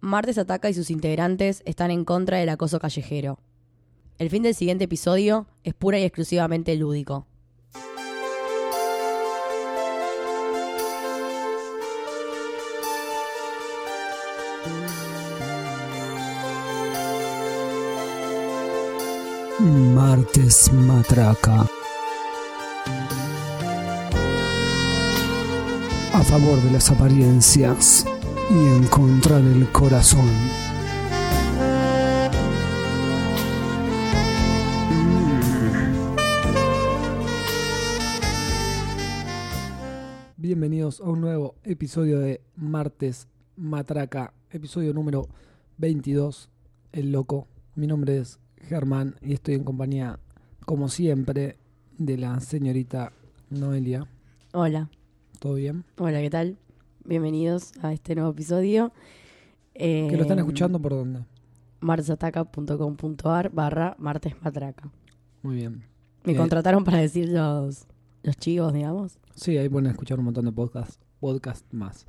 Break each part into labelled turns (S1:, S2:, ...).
S1: Martes Ataca y sus integrantes están en contra del acoso callejero. El fin del siguiente episodio es pura y exclusivamente lúdico.
S2: Martes Matraca. A favor de las apariencias y en contra del corazón.
S3: Bienvenidos a un nuevo episodio de Martes Matraca, episodio número 22, El Loco. Mi nombre es Germán y estoy en compañía, como siempre, de la señorita Noelia.
S1: Hola,
S3: ¿Todo bien?
S1: hola, ¿qué tal? Bienvenidos a este nuevo episodio. Eh,
S3: ¿Que lo están escuchando por dónde?
S1: martesataca.com.ar barra Martes Matraca.
S3: Muy bien.
S1: Me
S3: Eh,
S1: contrataron para decir los, los chivos, digamos.
S3: Sí, ahí pueden escuchar un montón de podcasts podcast más.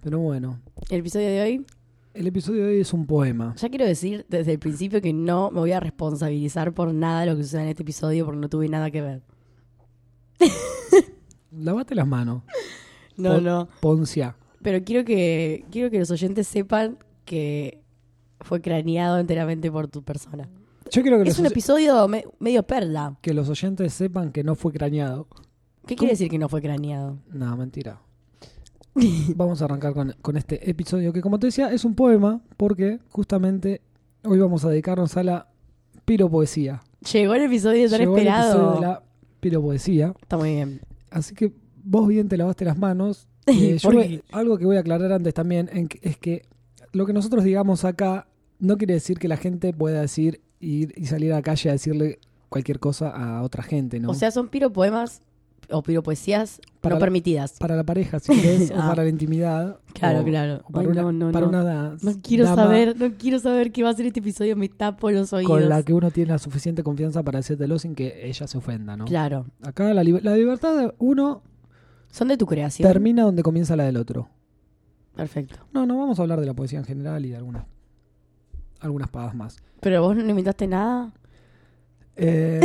S3: Pero bueno,
S1: El episodio de hoy,
S3: el episodio de hoy es un poema.
S1: ya quiero decir desde el principio que no me voy a responsabilizar por nada de lo que suceda en este episodio porque no tuve nada que ver.
S3: Lavate las manos,
S1: No,
S3: Por-
S1: no.
S3: Poncia.
S1: Pero quiero que, quiero que los oyentes sepan que fue craneado enteramente por tu persona.
S3: Yo quiero que
S1: Es
S3: los,
S1: un
S3: oy-
S1: episodio me- medio perla.
S3: que los oyentes sepan que no fue craneado.
S1: ¿Qué
S3: ¿Cómo?
S1: quiere decir que no fue craneado?
S3: No, mentira. Vamos a arrancar con, con este episodio que, como te decía, es un poema porque justamente hoy vamos a dedicarnos a la piropoesía.
S1: Llegó el episodio tan
S3: Llegó el
S1: esperado.
S3: episodio de la piropoesía.
S1: Está muy bien.
S3: Así que vos bien te lavaste las manos. Eh, yo
S1: ¿Por
S3: voy-
S1: qué?
S3: algo que voy a aclarar antes también en que- es que lo que nosotros digamos acá no quiere decir que la gente pueda decir ir y salir a la calle a decirle cualquier cosa a otra gente, ¿no?
S1: O sea, son piropoemas o piropoesías
S3: Para
S1: no
S3: la-
S1: permitidas.
S3: para la pareja, si querés, o
S1: Ah.
S3: para la intimidad.
S1: Claro,
S3: o-
S1: claro.
S3: o para
S1: Ay,
S3: una,
S1: no, no,
S3: para
S1: no.
S3: una da-
S1: No quiero
S3: dama
S1: saber, no quiero saber qué va a ser este episodio, me tapo los oídos.
S3: con la que uno tiene la suficiente confianza para decírtelo sin que ella se ofenda, ¿no?
S1: Claro.
S3: Acá la, liber- la libertad de uno
S1: Son de tu creación.
S3: termina donde comienza la del otro.
S1: Perfecto.
S3: No, no vamos a hablar de la poesía en general y de algunas algunas pavas más.
S1: Pero vos no inventaste nada.
S3: Eh,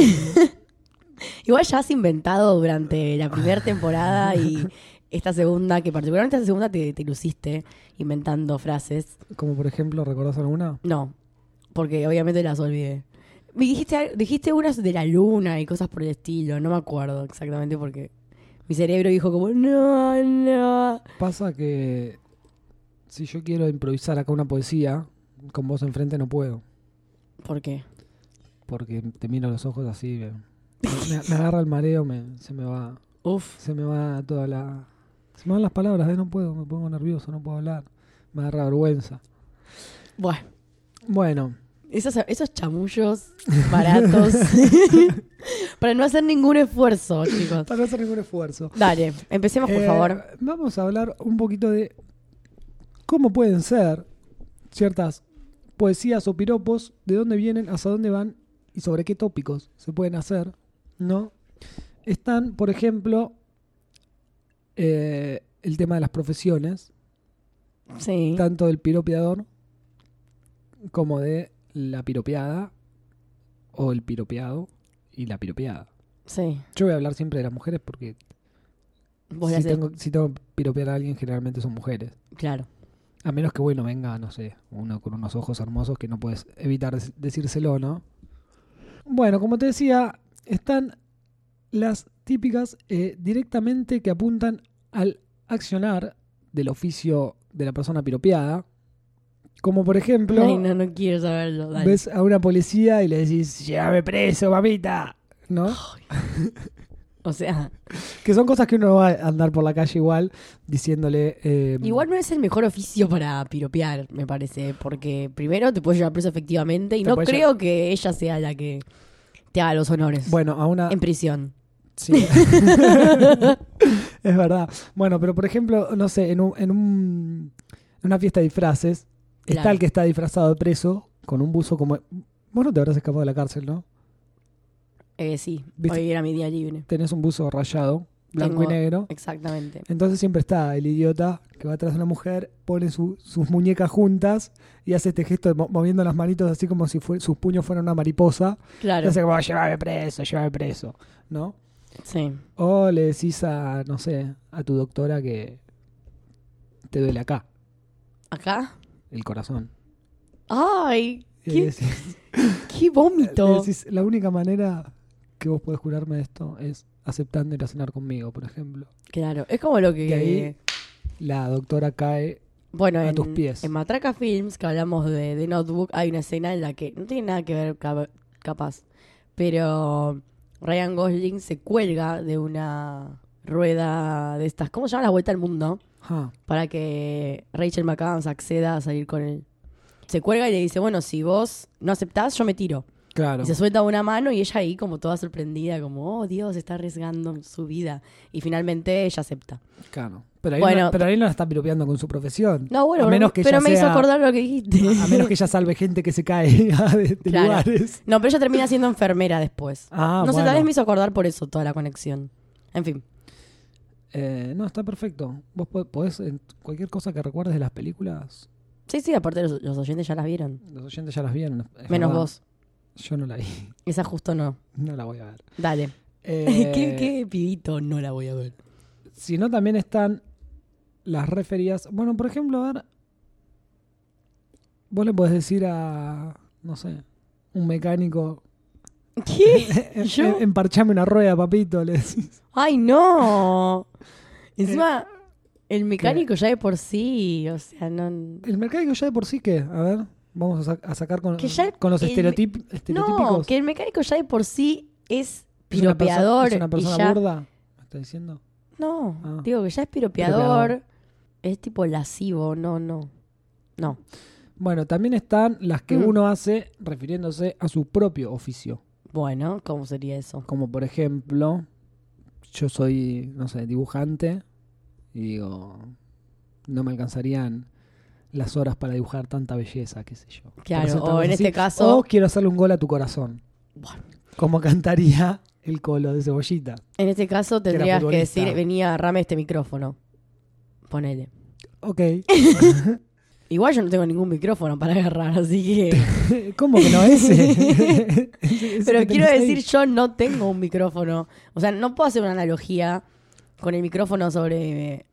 S1: Igual ya has inventado durante la primera temporada y esta segunda, que particularmente esta segunda te, te luciste inventando frases.
S3: como por ejemplo, ¿recordás alguna?
S1: No, porque obviamente las olvidé. Me dijiste, dijiste unas de la luna y cosas por el estilo, no me acuerdo exactamente porque mi cerebro dijo como, no, no.
S3: Pasa que si yo quiero improvisar acá una poesía, con vos enfrente no puedo.
S1: ¿Por qué?
S3: Porque te miro a los ojos así, me, me- me agarra el mareo, me- se me va
S1: Uf,
S3: se me va toda la. Se me van las palabras, ¿eh? no puedo, me pongo nervioso, no puedo hablar. Me agarra vergüenza.
S1: bueno.
S3: Bueno,
S1: Esos, esos chamullos baratos. Para no hacer ningún esfuerzo, chicos.
S3: para no hacer ningún esfuerzo.
S1: Dale, empecemos por
S3: Eh,
S1: favor.
S3: Vamos a hablar un poquito de cómo pueden ser ciertas poesías o piropos, de dónde vienen, hacia dónde van y sobre qué tópicos se pueden hacer, ¿no? Están, por ejemplo, eh, el tema de las profesiones,
S1: Sí.
S3: tanto del piropeador como de la piropeada o el piropeado y la piropeada.
S1: Sí.
S3: Yo voy a hablar siempre de las mujeres porque
S1: Vos le
S3: si
S1: haces-
S3: tengo, si tengo que piropear a alguien generalmente son mujeres.
S1: Claro.
S3: A menos que, bueno, venga, no sé, uno con unos ojos hermosos que no puedes evitar des- decírselo, ¿no? Bueno, como te decía, están las típicas eh, directamente que apuntan al accionar del oficio de la persona piropeada. Como por ejemplo,
S1: Ay, no, no quiero saberlo. Dale.
S3: ves a una policía y le decís, llévame preso, mamita, ¿no?
S1: O sea,
S3: Que son cosas que uno no va a andar por la calle igual diciéndole... eh,
S1: igual no es el mejor oficio para piropear, me parece. Porque primero te puedes llevar preso efectivamente y
S3: Te
S1: no
S3: puedes
S1: creo que ella sea la que te haga los honores
S3: Bueno, ah. a una...
S1: en prisión.
S3: Sí. es verdad. Bueno, pero por ejemplo, no sé, en, un- en un- en una fiesta de disfraces, está
S1: Claro.
S3: el que está disfrazado de preso con un buzo como. Vos no te habrás escapado de la cárcel, ¿no?
S1: Eh, sí,
S3: ¿Viste?
S1: hoy era mi día libre.
S3: Tenés un buzo rayado blanco
S1: Tengo-
S3: y negro.
S1: Exactamente.
S3: Entonces siempre está el idiota que va atrás de una mujer, pone su- sus muñecas juntas y hace este gesto de mo- moviendo las manitos así como si fue- sus puños fueran una mariposa. Y
S1: Claro.
S3: hace como, llévame preso, llévame preso, ¿no?
S1: Sí.
S3: O le decís a, no sé, a tu doctora que te duele acá,
S1: ¿Acá?
S3: el corazón.
S1: ¡Ay!
S3: Y
S1: ¿Qué?
S3: le decís-
S1: ¡Qué
S3: le
S1: vómito!
S3: decís, la única manera que vos podés curarme de esto es aceptando ir a cenar conmigo, por ejemplo.
S1: Claro, es como lo que...
S3: Y ahí- La doctora cae
S1: Bueno,
S3: a
S1: en,
S3: tus pies.
S1: en Matraca Films, que hablamos de, de Notebook, hay una escena en la que no tiene nada que ver, cab- capaz, pero Ryan Gosling se cuelga de una rueda de estas, ¿cómo se llama la vuelta al mundo?
S3: Ajá.
S1: Para que Rachel McAdams acceda a salir con él. Se cuelga y le dice, bueno, si vos no aceptás, yo me tiro.
S3: claro.
S1: Y se suelta una mano y ella ahí como toda sorprendida, como, oh Dios, está arriesgando su vida. Y finalmente ella acepta.
S3: Claro. Pero ahí,
S1: Bueno,
S3: no, pero ahí no la está piropeando con su profesión.
S1: No, bueno,
S3: a menos que
S1: pero
S3: ella
S1: me hizo
S3: sea-
S1: acordar lo que dijiste.
S3: A menos que ella salve gente que se cae de, de
S1: Claro.
S3: lugares.
S1: No, pero ella termina siendo enfermera después.
S3: Ah,
S1: no sé,
S3: bueno.
S1: tal vez me hizo acordar por eso toda la conexión. En fin.
S3: Eh, no, está perfecto. Vos po- podés, en cualquier cosa que recuerdes de las películas,
S1: Sí, sí, aparte los, los oyentes ya las vieron.
S3: los oyentes ya las vieron. es
S1: Menos
S3: verdad.
S1: vos.
S3: Yo no la vi.
S1: Esa justo no.
S3: No la voy a ver.
S1: Dale.
S3: Eh,
S1: ¿Qué, qué pibito no la voy a ver?
S3: Si no, también están las referidas. Bueno, por ejemplo, a ver. Vos le podés decir a. No sé. Un mecánico.
S1: ¿Qué? ¿Yo?
S3: "Em- Emparchame una rueda, papito. Le decís.
S1: ¡Ay, no! Encima, el mecánico ya de por sí, o sea, no...
S3: El mercado ya de por sí que, a ver, vamos a, sa- a sacar con,
S1: Que ya
S3: con los
S1: el-
S3: estereotip-
S1: No,
S3: estereotípicos.
S1: que el mecánico ya de por sí es
S3: Es una perso-
S1: piropeador.
S3: Es una persona
S1: y ya...
S3: burda, me está diciendo.
S1: No,
S3: Ah.
S1: digo que ya es piropeador, es tipo lascivo, no, no. No.
S3: Bueno, también están las que
S1: Mm.
S3: uno hace refiriéndose a su propio oficio.
S1: Bueno, ¿cómo sería eso?
S3: Como por ejemplo, yo soy, no sé, dibujante y digo, no me alcanzarían las horas para dibujar tanta belleza, qué sé yo.
S1: Claro,
S3: Por eso
S1: o
S3: estamos
S1: en este caso-
S3: O quiero hacerle un gol a tu corazón.
S1: Bueno.
S3: Como cantaría el colo de cebollita.
S1: En este caso
S3: era
S1: tendrías que
S3: futbolista.
S1: decir, venía, agarrame este micrófono. Ponele.
S3: Ok.
S1: Igual yo no tengo ningún micrófono para agarrar, así que...
S3: ¿Cómo que no ese? Ese- ese
S1: Pero
S3: que
S1: quiero
S3: tenés ahí.
S1: decir, yo no tengo un micrófono. O sea, no puedo hacer una analogía con el micrófono sobre eh,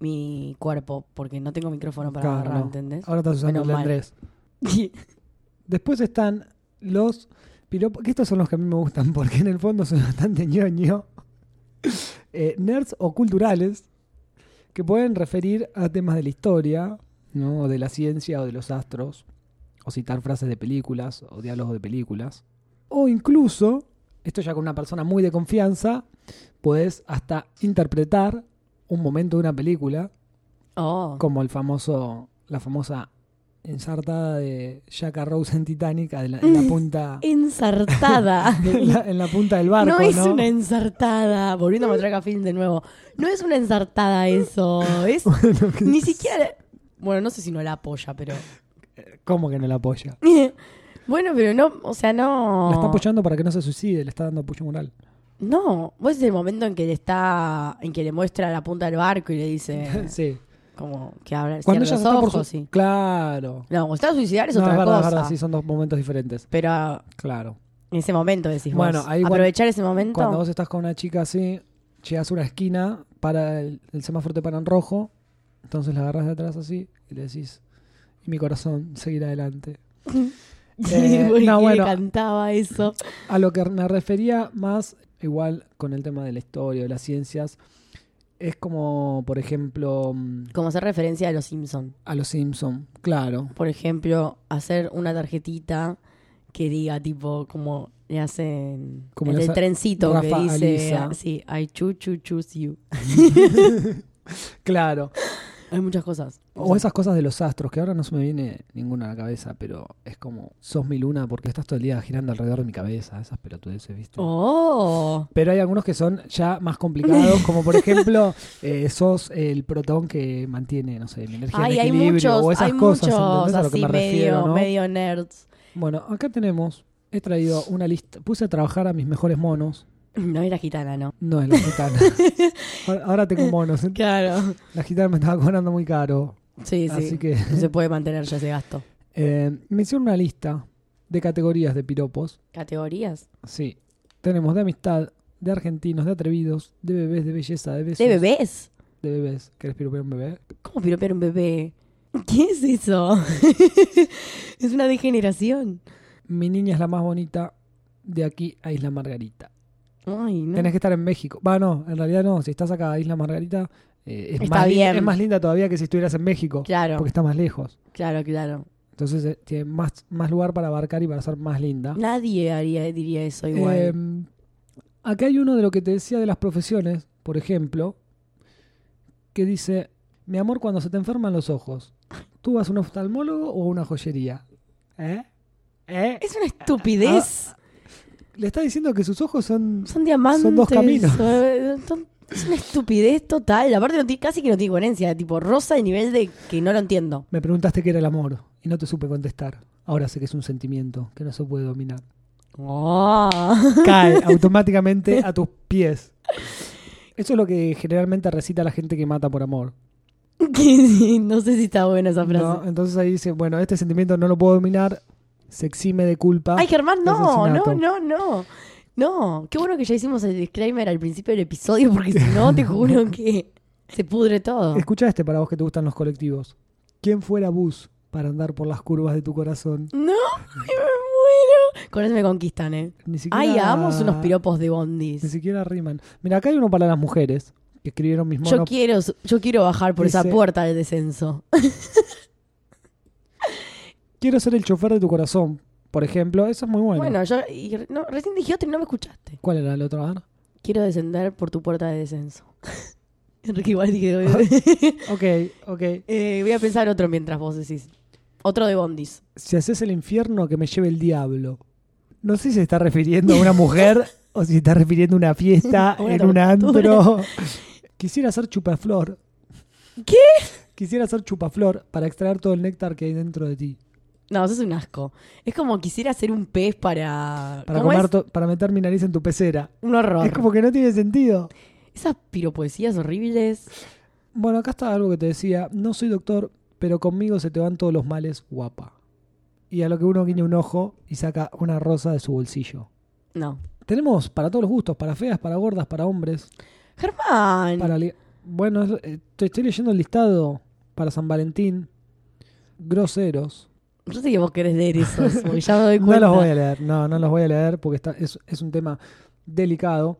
S1: mi cuerpo, porque no tengo micrófono para
S3: Claro,
S1: agarrar,
S3: no.
S1: ¿entendés?
S3: Ahora estás usando
S1: Menos
S3: el de
S1: mal.
S3: Andrés. Después están los piropos, que estos son los que a mí me gustan porque en el fondo son bastante ñoño. Eh, nerds o culturales que pueden referir a temas de la historia, ¿no? o de la ciencia o de los astros, o citar frases de películas o diálogos de películas. O incluso, esto ya con una persona muy de confianza, puedes hasta interpretar un momento de una película
S1: Oh,
S3: como el famoso, la famosa ensartada de Jack Rose en Titanic en la, en
S1: Mm.
S3: la punta,
S1: ensartada.
S3: en la, en la punta del barco,
S1: no
S3: ¿no?
S1: es una ensartada. Volviendo a Matraca Film de nuevo. No es una ensartada eso. Es
S3: Bueno, que-
S1: ni siquiera. Bueno, no sé si no la apoya, pero.
S3: ¿Cómo que no la apoya?
S1: bueno, pero no. O sea, no.
S3: La está apoyando para que no se suicide, le está dando apoyo moral.
S1: No. Vos es el momento en que le está. En que le muestra la punta del barco y le dice.
S3: Sí.
S1: como que habla.
S3: Cuando ella
S1: cierra
S3: se
S1: los
S3: está por
S1: ojos,
S3: su-
S1: sí.
S3: Claro.
S1: No, cuando está a suicidar es
S3: No,
S1: otra
S3: es verdad, es
S1: cosa.
S3: verdad, sí, son dos momentos diferentes.
S1: Pero ah,
S3: Claro.
S1: en ese momento decís
S3: Bueno,
S1: vos.
S3: ahí cuando-
S1: Aprovechar ese momento.
S3: Cuando vos estás con una chica así, llegas a una esquina, para el, el semáforo te para en rojo, entonces la agarras de atrás así y le decís, y mi corazón, seguir adelante. Eh,
S1: Porque
S3: no, bueno.
S1: cantaba eso.
S3: A lo que me refería más, igual con el tema de la historia, de las ciencias, es como, por ejemplo, mm,
S1: Como hacer referencia a los Simpsons.
S3: a los Simpson, claro.
S1: por ejemplo, hacer una tarjetita que diga tipo como le hacen
S3: Como
S1: el
S3: le
S1: del
S3: hace
S1: trencito
S3: Rafa
S1: que dice
S3: Aliza.
S1: sí, I choo choo choose you.
S3: Claro.
S1: Hay muchas cosas.
S3: O esas cosas de los astros, que ahora no se me viene ninguna a la cabeza, pero es como, sos mi luna porque estás todo el día girando alrededor de mi cabeza, esas pelotudeces, ¿viste?
S1: Oh.
S3: Pero hay algunos que son ya más complicados, como por ejemplo, eh, sos el protón que mantiene, no sé, mi energía
S1: Ay,
S3: en
S1: hay
S3: equilibrio,
S1: muchos,
S3: o esas
S1: hay
S3: cosas,
S1: muchos
S3: ¿entendés a lo que
S1: así
S3: me refiero,
S1: medio,
S3: no?
S1: medio nerds.
S3: Bueno, acá tenemos, he traído una lista, puse a trabajar a mis mejores monos,
S1: No era gitana, no.
S3: No, es la gitana. Ahora- Ahora tengo monos.
S1: Claro.
S3: La gitana me estaba cobrando muy caro.
S1: Sí,
S3: así
S1: sí.
S3: que
S1: No se puede mantener ya ese gasto.
S3: eh, me hicieron una lista de categorías de piropos.
S1: ¿Categorías?
S3: Sí. Tenemos de amistad, de argentinos, de atrevidos, de bebés, de belleza, de besos.
S1: ¿De bebés?
S3: De bebés. ¿Querés piropear un bebé?
S1: ¿Cómo piropear un bebé? ¿Qué es eso? es una degeneración.
S3: Mi niña es la más bonita de aquí a Isla Margarita.
S1: Ay, no.
S3: Tenés que estar en México. Va, no, en realidad no. Si estás acá a Isla Margarita, eh, es,
S1: Está
S3: más lin-
S1: bien.
S3: es más linda todavía que si estuvieras en México.
S1: Claro,
S3: Porque está más lejos.
S1: claro, claro.
S3: Entonces eh, tiene más, más lugar para abarcar y para ser más linda.
S1: Nadie haría, diría eso igual.
S3: Ah. Eh, acá hay uno de lo que te decía de las profesiones, por ejemplo, que dice, mi amor, cuando se te enferman los ojos, ¿tú vas a un oftalmólogo o a una joyería? ¿Eh? ¿Eh?
S1: es una estupidez.
S3: Le está diciendo que sus ojos son...
S1: son diamantes.
S3: ah, son dos caminos.
S1: eh, son- Es una estupidez total. Aparte, no tiene- casi que no tiene coherencia. Tipo, rosa de nivel de que no lo entiendo.
S3: Me preguntaste qué era el amor y no te supe contestar. Ahora sé que es un sentimiento que no se puede dominar. Oh.
S1: Ah.
S3: Cae automáticamente a tus pies. Eso es lo que generalmente recita la gente que mata por amor.
S1: Que- no sé si está buena esa frase.
S3: No, entonces ahí dice, bueno, este sentimiento no lo puedo dominar, se exime de culpa.
S1: Ay, Germán, no,
S3: asesinato.
S1: no, no, no. No, qué bueno que ya hicimos el disclaimer al principio del episodio, porque si no, te juro que se pudre todo.
S3: Escucha este para vos que te gustan los colectivos. ¿Quién fuera bus para andar por las curvas de tu corazón?
S1: No, ay, me muero. Con eso me conquistan, ¿eh?
S3: Ni siquiera,
S1: Ay, hagamos unos piropos
S3: piropos.
S1: de
S3: Ni
S1: bondis.
S3: siquiera riman. Mira, acá hay uno para las mujeres que escribieron mis
S1: Yo
S3: monos.
S1: quiero, yo quiero bajar por esa
S3: Dice-
S1: puerta del descenso.
S3: Quiero ser el chofer de tu corazón, por ejemplo. Eso es muy bueno.
S1: Bueno, yo y re- no, recién dije otro y no me escuchaste.
S3: ¿Cuál era el otro? A ver.
S1: Quiero descender por tu puerta de descenso. Enrique igual dije.
S3: Ok, ok.
S1: Eh, voy a pensar otro mientras vos decís. Otro de bondis.
S3: Si haces el infierno, que me lleve el diablo. No sé si se está refiriendo a una mujer o si se está refiriendo a una fiesta
S1: A una
S3: en un
S1: tortura.
S3: antro. Quisiera ser chupaflor.
S1: ¿Qué?
S3: Quisiera ser chupaflor para extraer todo el néctar que hay dentro de ti.
S1: No, eso es un asco. Es como quisiera ser un pez para.
S3: Para,
S1: ¿Cómo
S3: comer
S1: es?
S3: to- para meter mi nariz en tu pecera.
S1: Un horror.
S3: Es como que no tiene sentido.
S1: Esas piropoesías horribles.
S3: Bueno, acá está algo que te decía. No soy doctor, pero conmigo se te van todos los males, guapa. Y a lo que uno guiña un ojo y saca una rosa de su bolsillo.
S1: No.
S3: Tenemos para todos los gustos, para feas, para gordas, para hombres.
S1: Germán.
S3: Para li- bueno, es- eh, te estoy leyendo el listado para San Valentín. Groseros.
S1: Yo sé que vos querés leer esos, porque ya me doy
S3: No
S1: cuenta.
S3: los voy a leer, no, no los voy a leer porque está, es, es un tema delicado.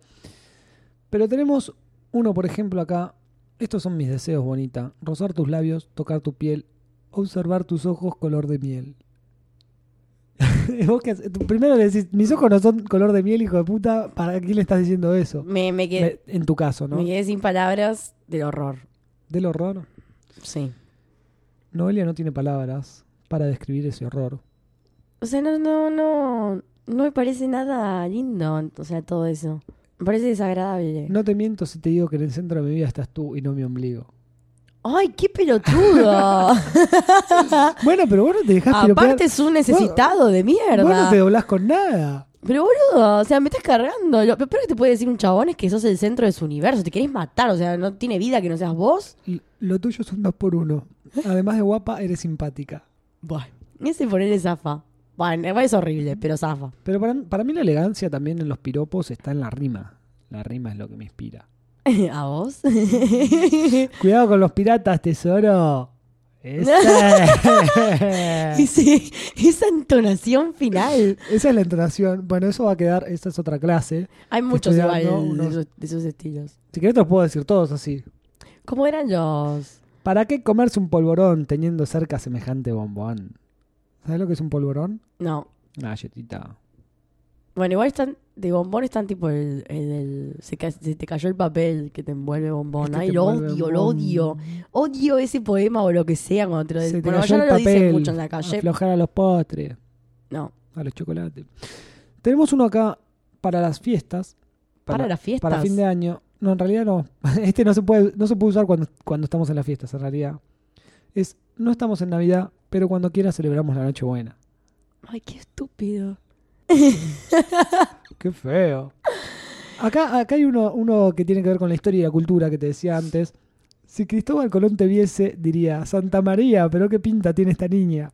S3: Pero tenemos uno, por ejemplo, acá. Estos son mis deseos, bonita. Rozar tus labios, tocar tu piel, observar tus ojos color de miel. Vos que haces- tú Primero le decís, mis ojos no son color de miel, hijo de puta. ¿Para quién le estás diciendo eso?
S1: Me, me quedé,
S3: Me- en tu caso, ¿no?
S1: me quedé sin palabras del horror.
S3: Del horror.
S1: Sí.
S3: Noelia no tiene palabras para describir ese horror.
S1: O sea, no, no, no. No me parece nada lindo, o sea, todo eso. Me parece desagradable.
S3: No te miento si te digo que en el centro de mi vida estás tú y no mi ombligo.
S1: ¡Ay, qué pelotudo!
S3: Bueno, pero vos no te dejás piropear.
S1: Aparte es un necesitado de mierda.
S3: Vos no te doblás con nada.
S1: Pero boludo, o sea, me estás cargando. Lo peor que te puede decir un chabón es que sos el centro de su universo. Te querés matar, o sea, no tiene vida que no seas vos.
S3: L- Lo tuyo es un dos por uno. Además de guapa, eres simpática.
S1: Bueno. Ese ponerle zafa. Bueno, igual es horrible, pero zafa.
S3: Pero para, para mí la elegancia también en los piropos está en la rima. La rima es lo que me inspira.
S1: ¿A vos?
S3: Cuidado con los piratas, tesoro. Ese. Ah,
S1: Ese- esa entonación final.
S3: Esa es la entonación. Bueno, eso va a quedar. Esa es otra clase.
S1: Hay muchos
S3: Estoy
S1: igual
S3: dando
S1: de,
S3: unos-
S1: esos, de esos estilos.
S3: Si querés, te los puedo decir todos así.
S1: ¿Cómo eran los...?
S3: ¿Para qué comerse un polvorón teniendo cerca semejante bombón? ¿Sabes lo que es un polvorón?
S1: No.
S3: Una galletita.
S1: Bueno, igual están... De bombón están tipo el... el- el- se, ca- se te cayó el papel que te envuelve bombón.
S3: Es que
S1: Ay,
S3: Este te
S1: lo
S3: envuelve
S1: odio, lo
S3: bombón.
S1: odio. Odio ese poema o lo que sea cuando te lo
S3: Se
S1: dicen.
S3: te
S1: Bueno,
S3: cayó
S1: ya no
S3: el
S1: lo dicen
S3: papel. Ah,
S1: mucho en la calle.
S3: Aflojar a los postres,
S1: No.
S3: a los chocolates. Tenemos uno acá para las fiestas.
S1: Para, las fiestas.
S3: Para fin de año. No, en realidad no. Este no se puede, no se puede usar cuando, cuando estamos en las fiestas, en realidad. Es, no estamos en Navidad, pero cuando quiera celebramos la Nochebuena.
S1: Ay, qué estúpido.
S3: Qué feo. Acá, acá hay uno, uno que tiene que ver con la historia y la cultura que te decía antes. Si Cristóbal Colón te viese, diría, Santa María, pero qué pinta tiene esta niña.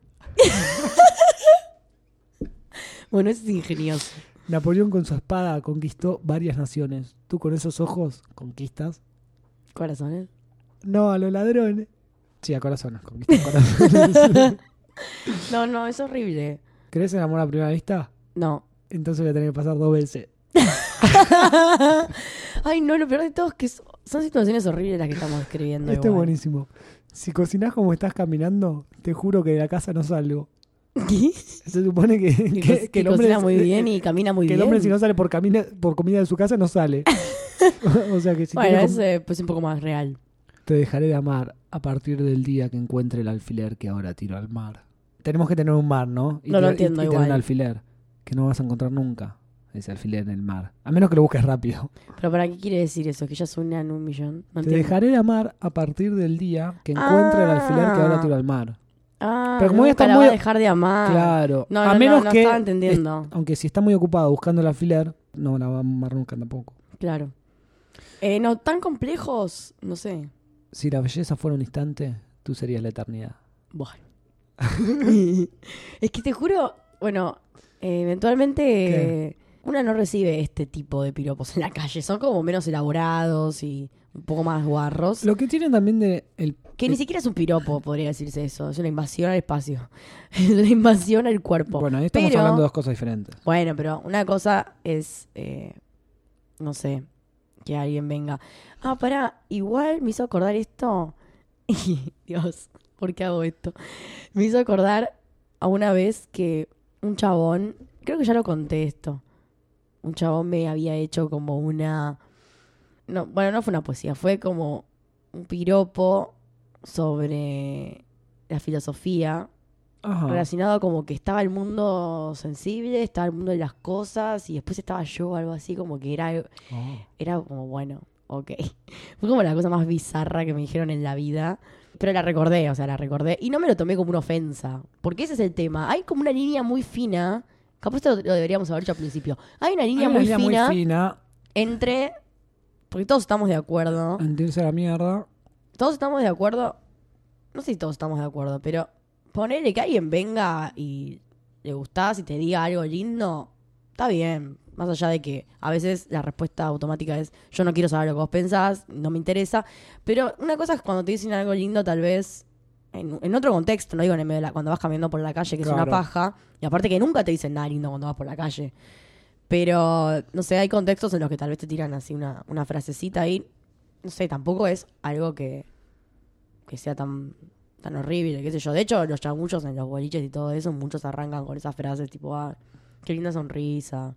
S1: Bueno, eso es ingenioso.
S3: Napoleón con su espada conquistó varias naciones. Tú con esos ojos conquistas.
S1: Corazones.
S3: No, a los ladrones. Sí, a corazones, conquistas corazones.
S1: No, no, es horrible.
S3: ¿Crees en amor a primera vista?
S1: No.
S3: Entonces voy a tener que pasar dos veces.
S1: Ay, no, lo peor de todo es que so- son situaciones horribles las que estamos describiendo.
S3: Este es
S1: igual.
S3: buenísimo. Si cocinás como estás caminando, te juro que de la casa no salgo.
S1: ¿Qué?
S3: Se supone que,
S1: Que,
S3: que-
S1: co-
S3: que
S1: que cocina muy bien y camina muy
S3: que
S1: bien.
S3: el hombre si no sale por, camina- por comida de su casa no sale. o sea que si
S1: bueno,
S3: quieres
S1: eso es pues, un poco más real.
S3: Te dejaré de amar a partir del día que encuentre el alfiler que ahora tiro al mar. Tenemos que tener un mar, ¿no?
S1: No lo
S3: tener-
S1: entiendo
S3: y tener
S1: igual.
S3: un alfiler que no vas a encontrar nunca. Ese alfiler en el mar. A menos que lo busques rápido.
S1: Pero ¿para qué quiere decir eso? ¿Que ya es una en un millón? No
S3: Te
S1: entiendo.
S3: dejaré de amar a partir del día que encuentre el alfiler que ahora
S1: Ah.
S3: tiro al mar.
S1: Ah,
S3: Pero como
S1: nunca
S3: ella está
S1: la
S3: muy-
S1: va a dejar de amar.
S3: Claro.
S1: No,
S3: a
S1: no,
S3: menos
S1: no, no
S3: que.
S1: estaba entendiendo.
S3: es- aunque si está muy ocupada buscando el alfiler, no la va a amar nunca tampoco.
S1: Claro. Eh, no, tan complejos, no sé.
S3: Si la belleza fuera un instante, tú serías la eternidad.
S1: Bueno. es que te juro, bueno, eh, eventualmente eh, una no recibe este tipo de piropos en la calle. Son como menos elaborados y un poco más guarros.
S3: Lo que tienen también de. El,
S1: que ni
S3: el-
S1: siquiera es un piropo, podría decirse eso. Es una invasión al espacio. Es una invasión al cuerpo.
S3: Bueno, ahí estamos
S1: Pero-
S3: hablando de dos cosas diferentes.
S1: Bueno, pero una cosa es, eh, no sé, que alguien venga. Ah, pará, igual me hizo acordar esto. Dios, ¿por qué hago esto? Me hizo acordar a una vez que un chabón, creo que ya lo conté esto, un chabón me había hecho como una... No, bueno, no fue una poesía, fue como un piropo sobre la filosofía
S3: Ajá.
S1: relacionado como que estaba el mundo sensible, estaba el mundo de las cosas y después estaba yo, algo así, como que era,
S3: Oh.
S1: era como bueno, ok. Fue como la cosa más bizarra que me dijeron en la vida, pero la recordé, o sea, la recordé y no me lo tomé como una ofensa, porque ese es el tema. Hay como una línea muy fina, capaz esto lo lo deberíamos haber hecho al principio. Hay una
S3: Hay
S1: línea,
S3: una
S1: muy,
S3: línea
S1: fina
S3: muy fina.
S1: entre, porque todos estamos de acuerdo,
S3: Antirse a la mierda.
S1: todos estamos de acuerdo. No sé si todos estamos de acuerdo, pero ponerle que alguien venga y le gustás y te diga algo lindo, está bien. Más allá de que a veces la respuesta automática es yo no quiero saber lo que vos pensás, no me interesa. Pero una cosa es cuando te dicen algo lindo, tal vez en, en otro contexto, no digo en el medio de la- cuando vas caminando por la calle, que es
S3: Claro.
S1: una paja. Y aparte que nunca te dicen nada lindo cuando vas por la calle. Pero, no sé, hay contextos en los que tal vez te tiran así una, una frasecita ahí. No sé, tampoco es algo que, que sea tan, tan horrible, qué sé yo. De hecho, los chamullos en los boliches y todo eso, muchos arrancan con esas frases tipo, ah, qué linda sonrisa,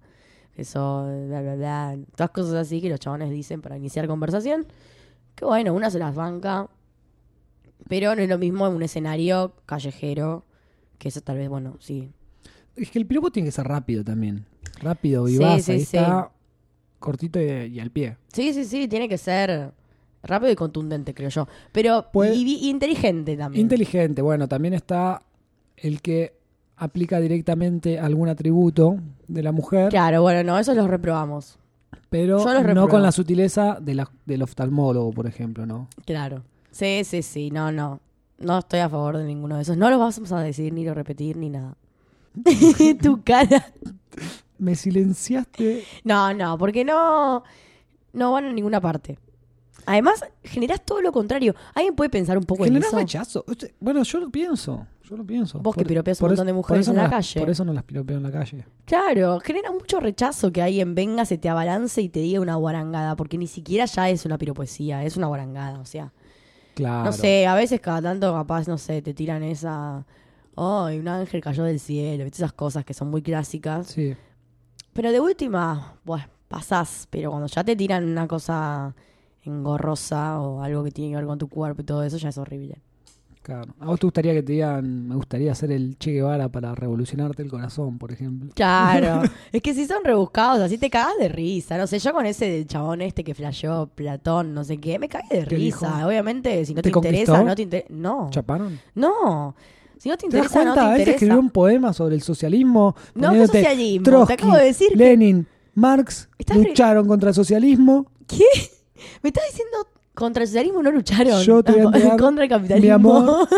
S1: eso, bla, bla, bla. Todas cosas así que los chabones dicen para iniciar conversación. Que bueno, una se las banca. Pero no es lo mismo en un escenario callejero, que eso tal vez, bueno, sí.
S3: Es que el piropo tiene que ser rápido también. Rápido,
S1: Sí,
S3: vivaz.
S1: sí,
S3: ahí
S1: sí.
S3: está. Cortito y, y al pie.
S1: Sí, sí, sí, tiene que ser rápido y contundente, creo yo. Pero
S3: Puede-
S1: y, vi- inteligente también.
S3: Inteligente. Bueno, también está el que aplica directamente algún atributo de la mujer,
S1: claro, bueno, no, esos los reprobamos.
S3: pero
S1: Yo los
S3: no
S1: repruebo.
S3: con la sutileza de la- del oftalmólogo, por ejemplo, ¿no?
S1: Claro. Sí, sí, sí, no, no. No estoy a favor de ninguno de esos. No los vamos a decir, ni lo repetir, ni nada. tu cara.
S3: Me silenciaste.
S1: No, no, porque no, no van a ninguna parte. Además, generás todo lo contrario. ¿Alguien puede pensar un poco en
S3: Generás
S1: eso?
S3: rechazo. Usted- Bueno, yo lo pienso. Yo lo pienso.
S1: Vos que piropeas un montón de
S3: eso-
S1: mujeres
S3: eso
S1: en
S3: no
S1: la
S3: las-
S1: calle.
S3: Por eso no las piropeo en la calle.
S1: Claro, genera mucho rechazo que alguien venga, se te abalance y te diga una guarangada, porque ni siquiera ya es una piropoesía, es una guarangada, o sea.
S3: Claro.
S1: No sé, a veces cada tanto capaz, no sé, te tiran esa... ¡Ay, un ángel cayó del cielo! ¿viste? Esas cosas que son muy clásicas.
S3: Sí.
S1: Pero de última, bueno, pasás, pero cuando ya te tiran una cosa engorrosa o algo que tiene que ver con tu cuerpo y todo eso, ya es horrible.
S3: Claro. ¿A vos te gustaría que te digan, me gustaría ser el Che Guevara para revolucionarte el corazón, por ejemplo?
S1: Claro, es que si son rebuscados, así te cagas de risa. No sé, yo con ese del chabón este que flasheó Platón, no sé qué, me cagué de
S3: ¿Qué dijo?
S1: risa. Obviamente, si no
S3: ¿Te
S1: te, interesa,
S3: conquistó?
S1: no te interesa. No,
S3: ¿Chaparon?
S1: no. Si no te
S3: ¿Te das
S1: interesa, no
S3: cuenta?
S1: te
S3: Él te
S1: interesa.
S3: escribió un poema sobre el socialismo.
S1: No, ¿qué
S3: poniéndote
S1: socialismo? Te
S3: Trotsky,
S1: acabo de decir que-
S3: Lenin, Marx
S1: Estás re-
S3: lucharon contra el socialismo.
S1: ¿Qué? ¿Me estás diciendo contra el socialismo no lucharon?
S3: Yo te voy a entregar
S1: contra el capitalismo.
S3: mi amor.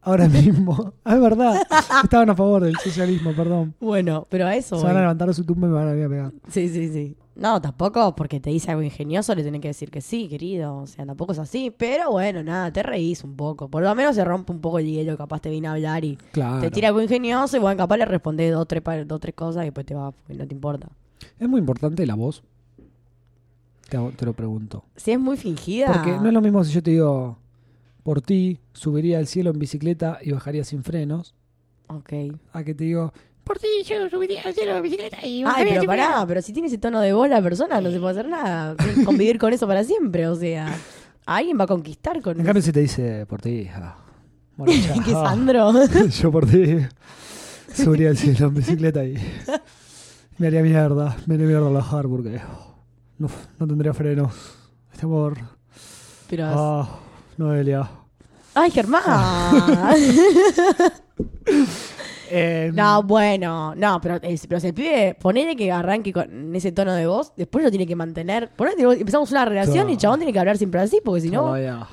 S3: Ahora mismo. Ah, es verdad. Estaban a favor del socialismo, perdón.
S1: bueno, pero a eso.
S3: Se van a
S1: voy.
S3: levantar de su tumba y me van a venir a pegar.
S1: Sí, sí, sí. No, tampoco porque te dice algo ingenioso le tenés que decir que sí, querido. O sea, tampoco es así. Pero bueno, nada, te reís un poco. Por lo menos se rompe un poco el hielo. Capaz te viene a hablar y
S3: Claro.
S1: te tira algo ingenioso. Y bueno, capaz le responde dos, tres, pa- dos, tres cosas y después te vas, porque no te importa.
S3: Es muy importante la voz. Te, hago- te lo pregunto.
S1: Si es muy fingida.
S3: Porque no es lo mismo si yo te digo, por ti subiría al cielo en bicicleta y bajaría sin frenos,
S1: Ok.
S3: a que te digo, por ti yo subiría al cielo en bicicleta y
S1: Ay,
S3: bajaría
S1: pero
S3: sin frenos.
S1: pará, pero si tiene ese tono de voz la persona, no se puede hacer nada. Tiene que Convivir con eso para siempre, o sea. Alguien va a conquistar con
S3: En cambio si te dice, por ti, ah, bueno, ya,
S1: que
S3: ah,
S1: Sandro.
S3: yo por ti subiría al cielo en bicicleta y me haría mierda, me haría mierda bajar porque oh, no, no tendría frenos. Este amor,
S1: Pero.
S3: ah, Noelia.
S1: ¡Ay, Germán!
S3: Eh,
S1: No, bueno, no, pero, eh, pero si el pibe, ponele que arranque con ese tono de voz, después lo tiene que mantener. Ponele que empezamos una relación y el chabón tiene que hablar siempre así, porque si no,
S3: todavía.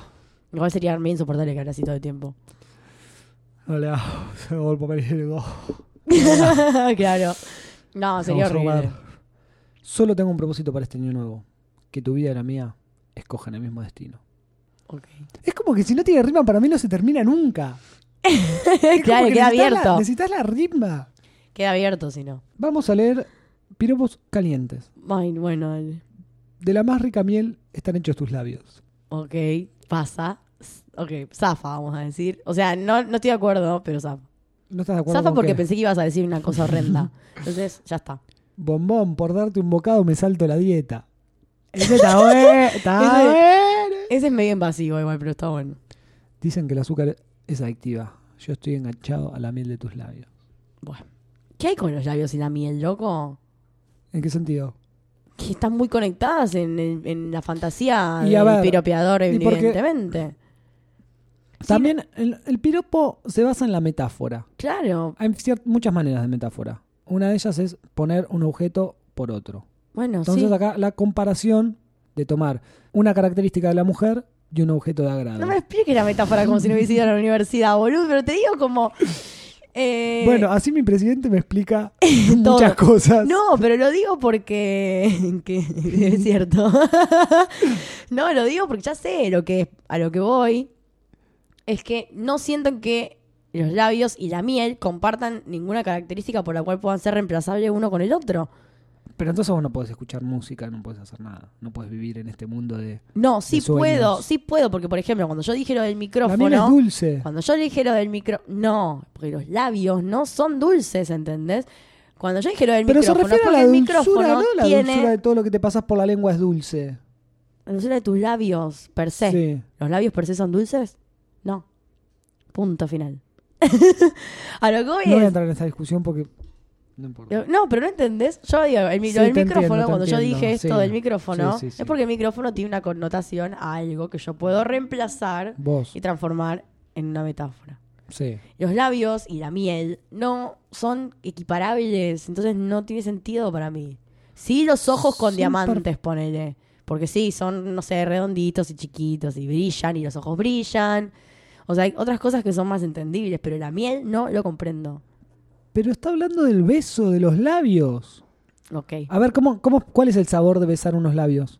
S1: igual sería medio insoportable que hable así todo el tiempo.
S3: No le hago, se me va el papel higiénico.
S1: claro. No, Ah, sería
S3: Vamos
S1: horrible.
S3: a robar. Solo tengo un propósito para este año nuevo. Que tu vida y la mía escojan el mismo destino.
S1: Ok.
S3: Es como que si no tiene rima, para mí no se termina nunca. Es como
S1: Claro,
S3: que
S1: queda
S3: necesitas la-
S1: abierto.
S3: necesitas la rima.
S1: Queda abierto si no.
S3: Vamos a leer piropos calientes.
S1: Ay, bueno, dale.
S3: De la más rica miel están hechos tus labios.
S1: ok, pasa. S- Ok, zafa, vamos a decir. O sea, no, no estoy de acuerdo, pero zafa.
S3: ¿No estás de acuerdo?
S1: Zafa
S3: con
S1: porque
S3: qué?
S1: pensé que ibas a decir una cosa horrenda. Entonces, ya está.
S3: Bombón, por darte un bocado me salto la dieta. Ese está bueno, está
S1: Ese-
S3: bueno.
S1: Ese es medio invasivo igual, pero está bueno.
S3: Dicen que el azúcar es adictiva. Yo estoy enganchado a la miel de tus labios.
S1: ¿Qué hay con los labios y la miel, loco?
S3: ¿En qué sentido?
S1: Que están muy conectadas en, en- en la fantasía
S3: Y a
S1: del
S3: ver,
S1: piropeador,
S3: y porque-
S1: evidentemente.
S3: También el, el piropo se basa en la metáfora.
S1: Claro.
S3: Hay cier- muchas maneras de metáfora. Una de ellas es poner un objeto por otro.
S1: Bueno,
S3: Entonces
S1: sí.
S3: acá la comparación de tomar una característica de la mujer y un objeto de agrado.
S1: No me expliques la metáfora como si no hubiese ido a la universidad, boludo, pero te digo como... eh,
S3: Bueno, así mi presidente me explica muchas
S1: todo.
S3: cosas.
S1: No, pero lo digo porque que es cierto. no, lo digo porque ya sé lo que a lo que voy es que no siento que los labios y la miel compartan ninguna característica por la cual puedan ser reemplazables uno con el otro.
S3: Pero entonces vos no podés escuchar música, no podés hacer nada. No podés vivir en este mundo de...
S1: No, sí
S3: De sueños.
S1: puedo, sí puedo, porque por ejemplo, cuando yo dije lo del
S3: La miel es
S1: micrófono,
S3: dulce.
S1: cuando yo dije lo del micro, no, porque los labios no son dulces, ¿entendés? Cuando yo dije lo del
S3: Pero se
S1: micrófono,
S3: refiere a
S1: porque
S3: la
S1: el
S3: dulzura,
S1: micrófono
S3: ¿no? La
S1: tiene
S3: dulzura de todo lo que te pasas por la lengua es dulce.
S1: la dulzura de tus labios per se.
S3: sí.
S1: ¿Los labios per se son dulces? No. Punto final. a lo que voy
S3: No voy a
S1: es-
S3: entrar en esta discusión porque no importa.
S1: No, pero no entendés. Yo digo, el, mi-
S3: Sí,
S1: lo del
S3: te
S1: micrófono,
S3: entiendo, te
S1: cuando yo
S3: entiendo,
S1: dije esto
S3: sí.
S1: del micrófono,
S3: Sí, sí, sí.
S1: es porque el micrófono tiene una connotación a algo que yo puedo reemplazar
S3: Vos,
S1: y transformar en una metáfora.
S3: sí.
S1: Los labios y la miel no son equiparables, entonces no tiene sentido para mí. Sí, los ojos con
S3: Son
S1: diamantes, ponele. Porque sí, son, no sé, redonditos y chiquitos y brillan y los ojos brillan. O sea, hay otras cosas que son más entendibles, pero la miel no lo comprendo.
S3: Pero está hablando del beso, de los labios.
S1: Ok.
S3: A ver, ¿cómo, cómo, ¿cuál es el sabor de besar unos labios?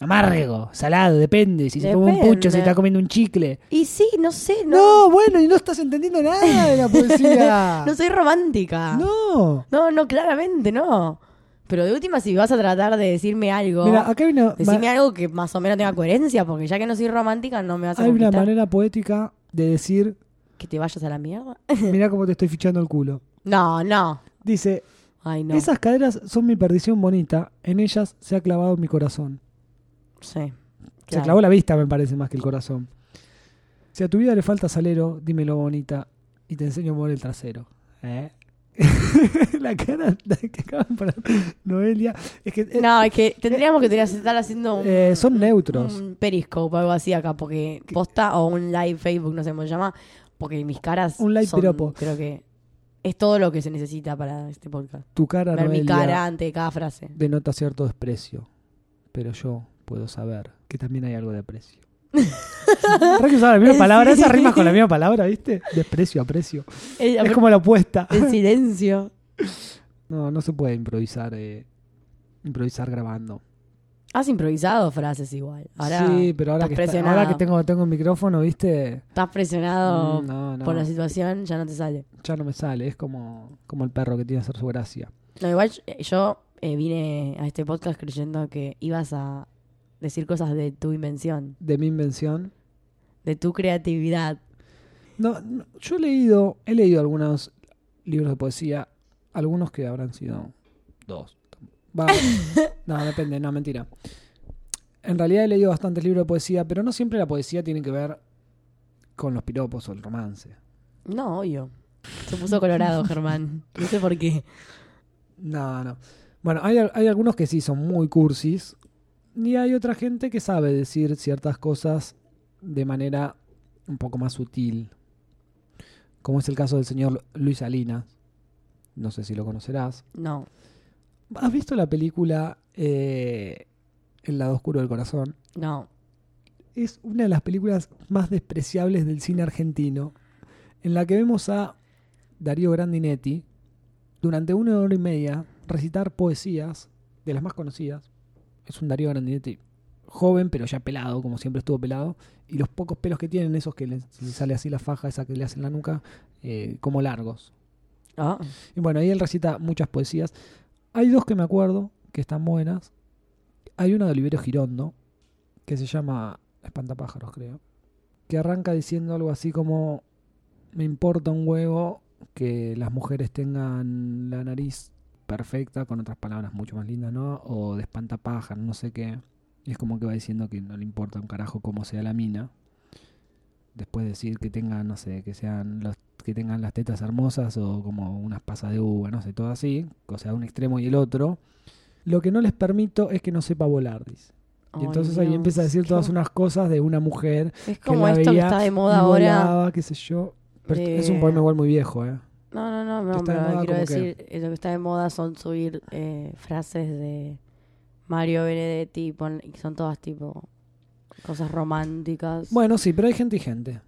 S3: Amargo, salado, depende. Si se come un
S1: Depende.
S3: pucho, si está comiendo un chicle.
S1: Y sí, no sé, no.
S3: No, bueno, y no estás entendiendo nada de la poesía.
S1: No, soy romántica. No.
S3: No.
S1: no, claramente no. Pero de última, si vas a tratar de decirme algo,
S3: Mira, acá hay una,
S1: decime
S3: ma-
S1: algo que más o menos tenga coherencia, porque ya que no soy romántica, no me vas a
S3: hay una
S1: conquistar.
S3: manera poética de decir,
S1: ¿Que te vayas a la mierda?
S3: mira cómo te estoy fichando el culo.
S1: No, no.
S3: Dice,
S1: Ay, no.
S3: esas caderas son mi perdición bonita, en ellas se ha clavado mi corazón.
S1: Sí.
S3: Se clavó la vista, me parece, más que el corazón. Si a tu vida le falta salero, dímelo bonita y te enseño a mover el trasero. ¿Eh? la cara que acaban de poner Noelia. Es que eh,
S1: No, es que tendríamos que tener- estar haciendo un,
S3: eh, son neutros.
S1: un periscope o algo así acá, porque posta o un live Facebook, no sé cómo se llama, porque mis caras.
S3: Un live
S1: son,
S3: piropo.
S1: Creo que. Es todo lo que se necesita para este podcast.
S3: Tu cara,
S1: Ver mi
S3: Noelia,
S1: cara ante cada frase.
S3: denota cierto desprecio, pero yo puedo saber que también hay algo de aprecio. Hay que usar la misma palabra, esas rimas con la misma palabra, ¿viste? Desprecio, aprecio.
S1: El,
S3: Es como la opuesta.
S1: el silencio.
S3: No, no se puede improvisar, eh, improvisar grabando.
S1: Has improvisado frases igual. Ahora
S3: sí, pero ahora que,
S1: estás
S3: está-
S1: presionado.
S3: ahora que tengo, tengo un micrófono, ¿viste?
S1: estás presionado
S3: Mm, no, no,
S1: por la situación, ya no te sale.
S3: ya no me sale. Es como, como el perro que tiene que hacer su gracia.
S1: No, igual yo- eh, yo eh, vine a este podcast creyendo que ibas a decir cosas de tu invención,
S3: De mi invención.
S1: de tu creatividad.
S3: No, no, yo he leído, he leído algunos libros de poesía, algunos que habrán sido dos. Va, no, depende, no, mentira. En realidad he leído bastantes libros de poesía, pero no siempre la poesía tiene que ver con los piropos o el romance.
S1: No, obvio. Se puso colorado, Germán. No sé por qué.
S3: No, no. Bueno, hay, al- hay algunos que sí son muy cursis y hay otra gente que sabe decir ciertas cosas de manera un poco más sutil. Como es el caso del señor Luis Salinas. No sé si lo conocerás.
S1: No.
S3: ¿Has visto la película eh, El lado oscuro del corazón?
S1: No.
S3: Es una de las películas más despreciables del cine argentino, en la que vemos a Darío Grandinetti durante una hora y media recitar poesías de las más conocidas. Es un Darío Grandinetti joven, pero ya pelado, como siempre estuvo pelado, y los pocos pelos que tienen, esos que le se sale así la faja, esa que le hacen la nuca, eh, como largos.
S1: Ah,
S3: Y bueno, ahí él recita muchas poesías. Hay dos que me acuerdo que están buenas. Hay una de Oliverio Girondo, que se llama Espantapájaros, creo. Que arranca diciendo algo así como: Me importa un huevo que las mujeres tengan la nariz perfecta, con otras palabras mucho más lindas, ¿no? O de espantapájaros, no sé qué. Y es como que va diciendo que no le importa un carajo cómo sea la mina. Después decir que tengan, no sé, que sean los que tengan las tetas hermosas o como unas pasas de uva, no sé, todo así, o sea, un extremo y el otro. Lo que no les permito es que no sepa volar, dice. Y
S1: Ay,
S3: entonces ahí
S1: Dios,
S3: empieza a decir
S1: qué
S3: todas unas cosas de una mujer
S1: Es
S3: que
S1: como
S3: la
S1: esto que
S3: veía
S1: está de
S3: y
S1: moda ahora.
S3: volaba, qué sé yo. Pero
S1: de-
S3: es un poema igual muy viejo, ¿eh?
S1: No, no, no,
S3: que
S1: no
S3: está de
S1: pero
S3: moda
S1: quiero
S3: como que-
S1: decir, eh, lo que está de moda son subir eh, frases de Mario Benedetti, pon- y son todas tipo cosas románticas.
S3: Bueno, sí, pero hay gente y gente.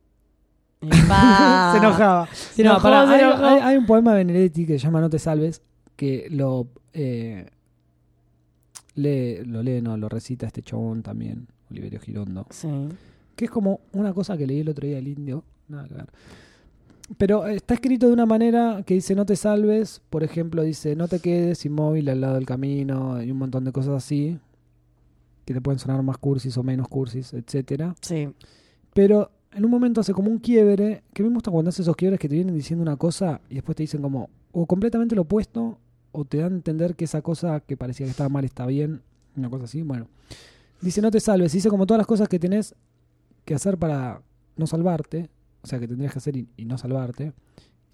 S1: Epá.
S3: se enojaba.
S1: Eh, Ah. Se
S3: No,
S1: enojó,
S3: pará,
S1: se
S3: hay,
S1: enojó.
S3: hay- hay un poema de Benedetti que se llama No te salves, que lo eh, lee, lo lee, no, lo recita este chabón también, Oliverio Girondo.
S1: Sí.
S3: que es como una cosa que leí el otro día del indio, nada que ver. Pero eh, está escrito de una manera que dice no te salves, por ejemplo, dice no te quedes inmóvil al lado del camino y un montón de cosas así que te pueden sonar más cursis o menos cursis, etcétera.
S1: Sí.
S3: Pero en un momento hace como un quiebre, que me gusta cuando hace esos quiebres que te vienen diciendo una cosa y después te dicen como o completamente lo opuesto o te dan a entender que esa cosa que parecía que estaba mal está bien, una cosa así, bueno. Dice, no te salves, dice como todas las cosas que tenés que hacer para no salvarte, o sea, que tendrías que hacer y, y no salvarte,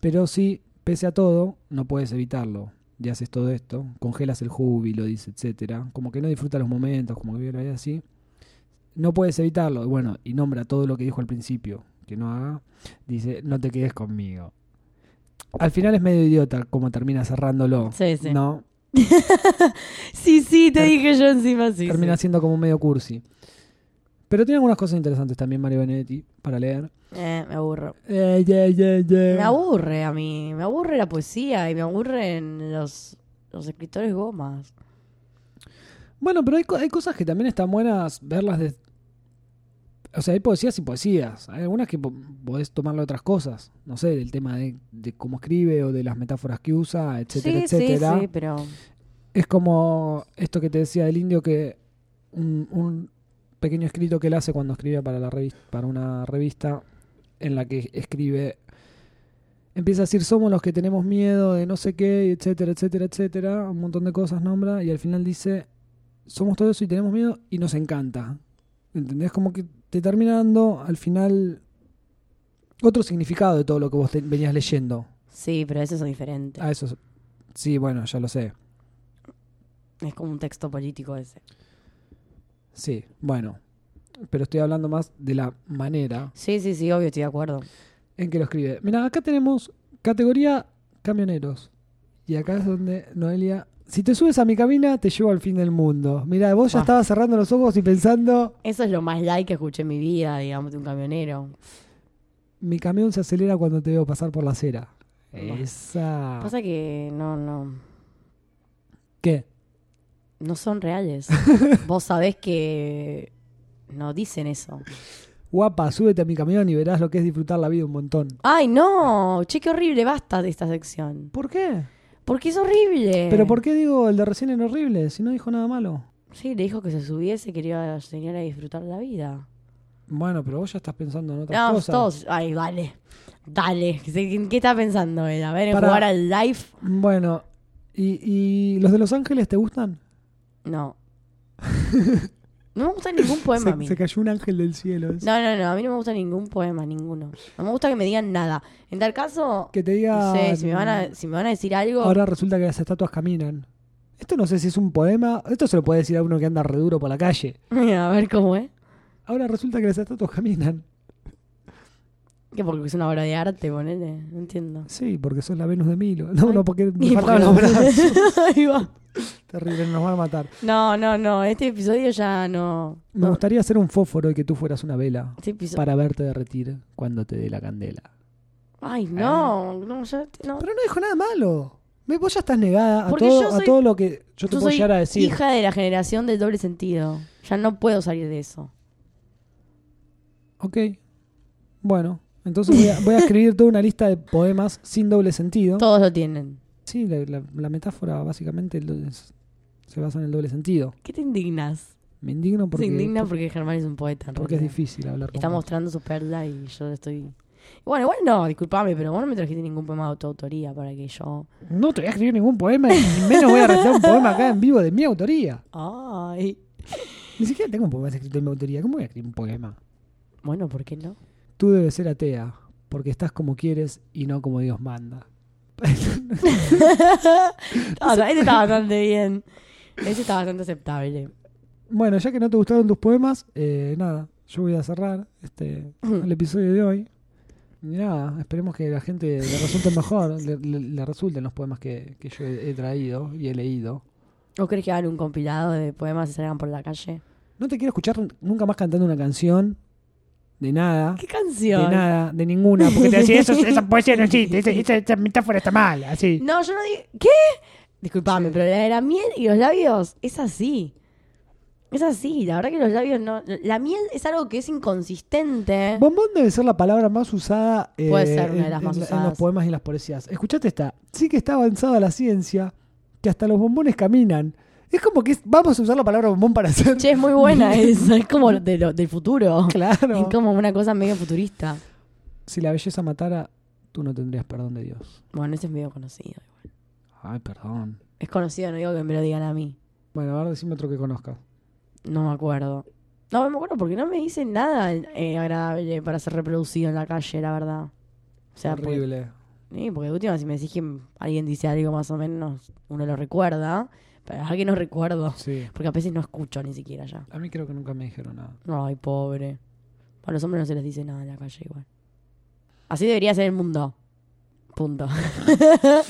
S3: pero sí, pese a todo, no puedes evitarlo. Y haces todo esto, congelas el júbilo, dice, etcétera, como que no disfrutas los momentos, como que vive la vida así no puedes evitarlo. Y Bueno, y nombra todo lo que dijo al principio, que no haga. Dice, no te quedes conmigo. Al final es medio idiota como termina cerrándolo.
S1: Sí, sí.
S3: No,
S1: Sí, sí, te
S3: Ter-
S1: dije yo encima, sí.
S3: termina
S1: sí.
S3: siendo como medio cursi. Pero tiene algunas cosas interesantes también Mario Benedetti para leer.
S1: Eh, me aburro.
S3: Eh, yeah, yeah, yeah.
S1: Me aburre a mí. Me aburre la poesía y me aburren los, los escritores gomas.
S3: Bueno, pero hay, co- hay cosas que también están buenas verlas de... O sea, hay poesías y poesías. Hay algunas que po- podés tomarle otras cosas. No sé, del tema de, de cómo escribe o de las metáforas que usa, etcétera,
S1: sí,
S3: etcétera.
S1: sí, sí, pero
S3: Es como esto que te decía del indio que un, un pequeño escrito que él hace cuando escribe para la revista, para una revista en la que escribe empieza a decir somos los que tenemos miedo de no sé qué, y etcétera, etcétera, etcétera, un montón de cosas nombra y al final dice somos todo eso y tenemos miedo y nos encanta. ¿Entendés? Como que te termina dando al final otro significado de todo lo que vos te- venías leyendo.
S1: sí, pero eso es diferente.
S3: A eso es- sí, bueno, ya lo sé.
S1: Es como un texto político ese.
S3: Sí, bueno. Pero estoy hablando más de la manera
S1: Sí, sí, sí, obvio, estoy de acuerdo.
S3: en que lo escribe. Mira, acá tenemos Categoría camioneros. Y acá es donde Noelia. Si te subes a mi cabina, te llevo al fin del mundo. Mira, vos ya
S1: Bah.
S3: estabas cerrando los ojos y pensando.
S1: Eso es lo más like que escuché en mi vida, digamos, de un camionero.
S3: Mi camión se acelera cuando te veo pasar por la acera.
S1: Bah.
S3: Esa.
S1: Pasa que no, no,
S3: ¿Qué?
S1: no son reales. Vos sabés que no dicen eso.
S3: Guapa, súbete a mi camión y verás lo que es disfrutar la vida un montón.
S1: Ay, no, che, qué horrible, basta de esta sección.
S3: ¿Por qué?
S1: Porque es horrible.
S3: ¿Pero por qué digo el de recién era horrible? Si no dijo nada malo.
S1: Sí, le dijo que se subiese, quería la señora disfrutar la vida.
S3: Bueno, pero vos ya estás pensando en otras
S1: No,
S3: cosas.
S1: todos. Ay, dale. Dale. ¿En qué está pensando él? A ver, en
S3: Para-
S1: jugar al life.
S3: Bueno, ¿y, y los de Los Ángeles te gustan?
S1: No. No me gusta ningún poema a mí.
S3: Se, se cayó un ángel del cielo. es.
S1: No, no, no. A mí no me gusta ningún poema, ninguno. No me gusta que me digan nada. En tal caso,
S3: Que te diga.
S1: no sé, si me van a, si me van a decir algo.
S3: Ahora resulta que las estatuas caminan. Esto no sé si es un poema. Esto se lo puede decir a uno que anda re duro por la calle.
S1: A ver cómo es.
S3: Ahora resulta que las estatuas caminan.
S1: Que porque es una obra de arte, ponele. No entiendo.
S3: Sí, porque sos la Venus de Milo. No,
S1: Ay.
S3: no, porque me
S1: Y
S3: faltan
S1: porque-
S3: los brazos.
S1: Ahí va.
S3: Terrible, nos van a matar.
S1: No, no, no. Este episodio ya no.
S3: Me
S1: no,
S3: gustaría hacer un fósforo y que tú fueras una vela
S1: este episo-
S3: para verte derretir cuando te dé la candela.
S1: Ay, no. No, ya. No.
S3: Pero no dijo nada malo. Ve, Vos ya estás negada a,
S1: Porque
S3: todo,
S1: yo
S3: a
S1: soy-
S3: todo lo que yo te
S1: Yo
S3: puedo
S1: soy
S3: llegar a decir.
S1: hija de la generación del doble sentido. Ya no puedo salir de eso.
S3: Ok. Bueno, entonces voy a, voy a escribir toda una lista de poemas sin doble sentido.
S1: Todos lo tienen.
S3: Sí, la, la- la metáfora básicamente lo- es- se basa en el doble sentido.
S1: ¿Qué te indignas?
S3: Me indigno porque,
S1: Se indigna porque Germán es un poeta. en
S3: porque es
S1: realidad.
S3: difícil hablar con
S1: Está
S3: vos.
S1: mostrando su perla y yo estoy... Bueno, igual no, disculpame, pero vos no me trajiste ningún poema de tu autoría para que yo...
S3: No te voy a escribir ningún poema, y menos voy a recitar un poema acá en vivo de mi autoría.
S1: Ay.
S3: Ni siquiera tengo un poema escrito de mi autoría. ¿Cómo voy a escribir un poema?
S1: Bueno, ¿por qué no?
S3: Tú debes ser atea, porque estás como quieres y no como Dios manda.
S1: Ah, ese está bastante bien. Ese está bastante aceptable.
S3: Bueno, ya que no te gustaron tus poemas, eh, nada, yo voy a cerrar este el episodio de hoy. Y Nada, esperemos que a la gente le resulte mejor, le, le- le resulten los poemas que, que yo he, he traído y he leído.
S1: ¿Vos crees que hagan un compilado de poemas y salgan por la calle?
S3: No te quiero escuchar nunca más cantando una canción, de nada,
S1: ¿Qué
S3: de
S1: canción?
S3: nada, de ninguna, porque te decía, eso, esa poesía no existe, esa, esa- esa metáfora está mal, así.
S1: No, yo no dije. ¿Qué? Disculpame, pero la de la miel y los labios es así. Es así, la verdad que los labios no. La miel es algo que es inconsistente.
S3: Bombón debe ser la palabra más usada, eh,
S1: Puede ser una de
S3: en-
S1: las más
S3: en- en
S1: usadas.
S3: los poemas y en las poesías. Escuchate esta. Sí que está avanzada la ciencia, que hasta los bombones caminan. Es como que es- vamos a usar la palabra bombón para hacer.
S1: Che, es muy buena esa, es como de lo- del futuro.
S3: Claro.
S1: Es como una cosa medio futurista.
S3: Si la belleza matara, tú no tendrías perdón de Dios.
S1: Bueno, ese es medio conocido.
S3: Ay, perdón.
S1: Es conocido, no digo que me lo digan a mí.
S3: Bueno, ahora decime otro que conozcas.
S1: No me acuerdo. No me acuerdo porque no me dicen nada eh, agradable para ser reproducido en la calle, la verdad. O sea, porque-
S3: Horrible.
S1: Sí, porque de última, si me decís que alguien dice algo más o menos, uno lo recuerda. Pero la verdad que no recuerdo.
S3: Sí.
S1: Porque a veces no escucho ni siquiera ya.
S3: A mí creo que nunca me dijeron nada.
S1: Ay, pobre. A los hombres no se les dice nada en la calle igual. Así debería ser el mundo. Punto.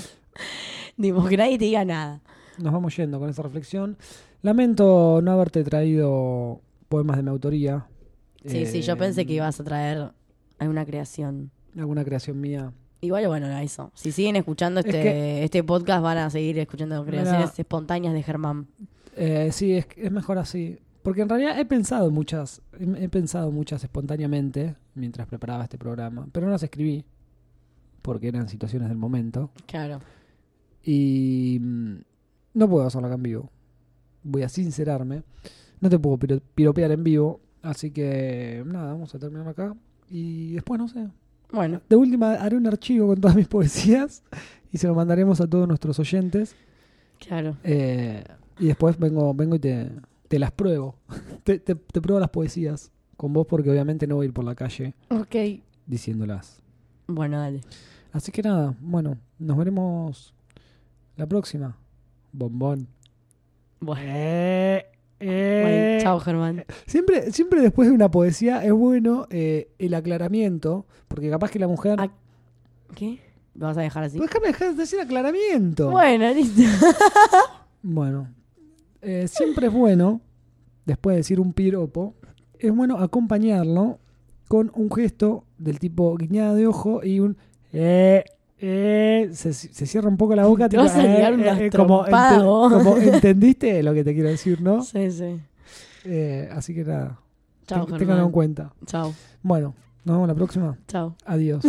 S1: Digo, que nadie te diga nada.
S3: Nos vamos yendo con esa reflexión. Lamento no haberte traído poemas de mi autoría.
S1: Sí, sí, yo
S3: Eh,
S1: pensé que ibas a traer alguna creación.
S3: Alguna creación mía.
S1: Igual, bueno, a eso. Si siguen escuchando
S3: Es
S1: este, este podcast, van a seguir escuchando creaciones
S3: Mira.
S1: espontáneas de Germán.
S3: Eh, sí, es, es mejor así. Porque en realidad he pensado muchas, he, he pensado muchas espontáneamente mientras preparaba este programa, pero no las escribí porque eran situaciones del momento
S1: Claro.
S3: y mm, no puedo hacerlo acá en vivo. Voy a sincerarme, no te puedo piro- piropear en vivo, así que nada, vamos a terminar acá y después no sé.
S1: Bueno,
S3: De última haré un archivo con todas mis poesías y se lo mandaremos a todos nuestros oyentes.
S1: claro.
S3: Eh, y después vengo, vengo y te, te las pruebo. Te, te- te pruebo las poesías con vos porque obviamente no voy a ir por la calle
S1: Ok.
S3: diciéndolas.
S1: Bueno, dale.
S3: Así que nada, bueno, nos veremos la próxima. Bombón.
S1: Bueno, eh.
S3: Bueno,
S1: chao, Germán.
S3: Siempre, siempre después de una poesía es bueno eh, el aclaramiento, porque capaz que la mujer...
S1: Ah, ¿Qué? ¿Lo vas a dejar así?
S3: Pues déjame dejar de hacer aclaramiento.
S1: Bueno, listo.
S3: Bueno, eh, siempre es bueno, después de decir un piropo, es bueno acompañarlo con un gesto del tipo guiñada de ojo y un... Eh, eh, se, se cierra un poco la boca, eh,
S1: Te vas a tirar unas
S3: como,
S1: trompadas, vos.
S3: como entendiste lo que te quiero decir, ¿no?
S1: Sí, sí.
S3: Eh, así que nada,
S1: Chao,
S3: ten-
S1: Germán.
S3: ténganlo en cuenta.
S1: Chao,
S3: Bueno, nos vemos la próxima.
S1: chao.
S3: Adiós.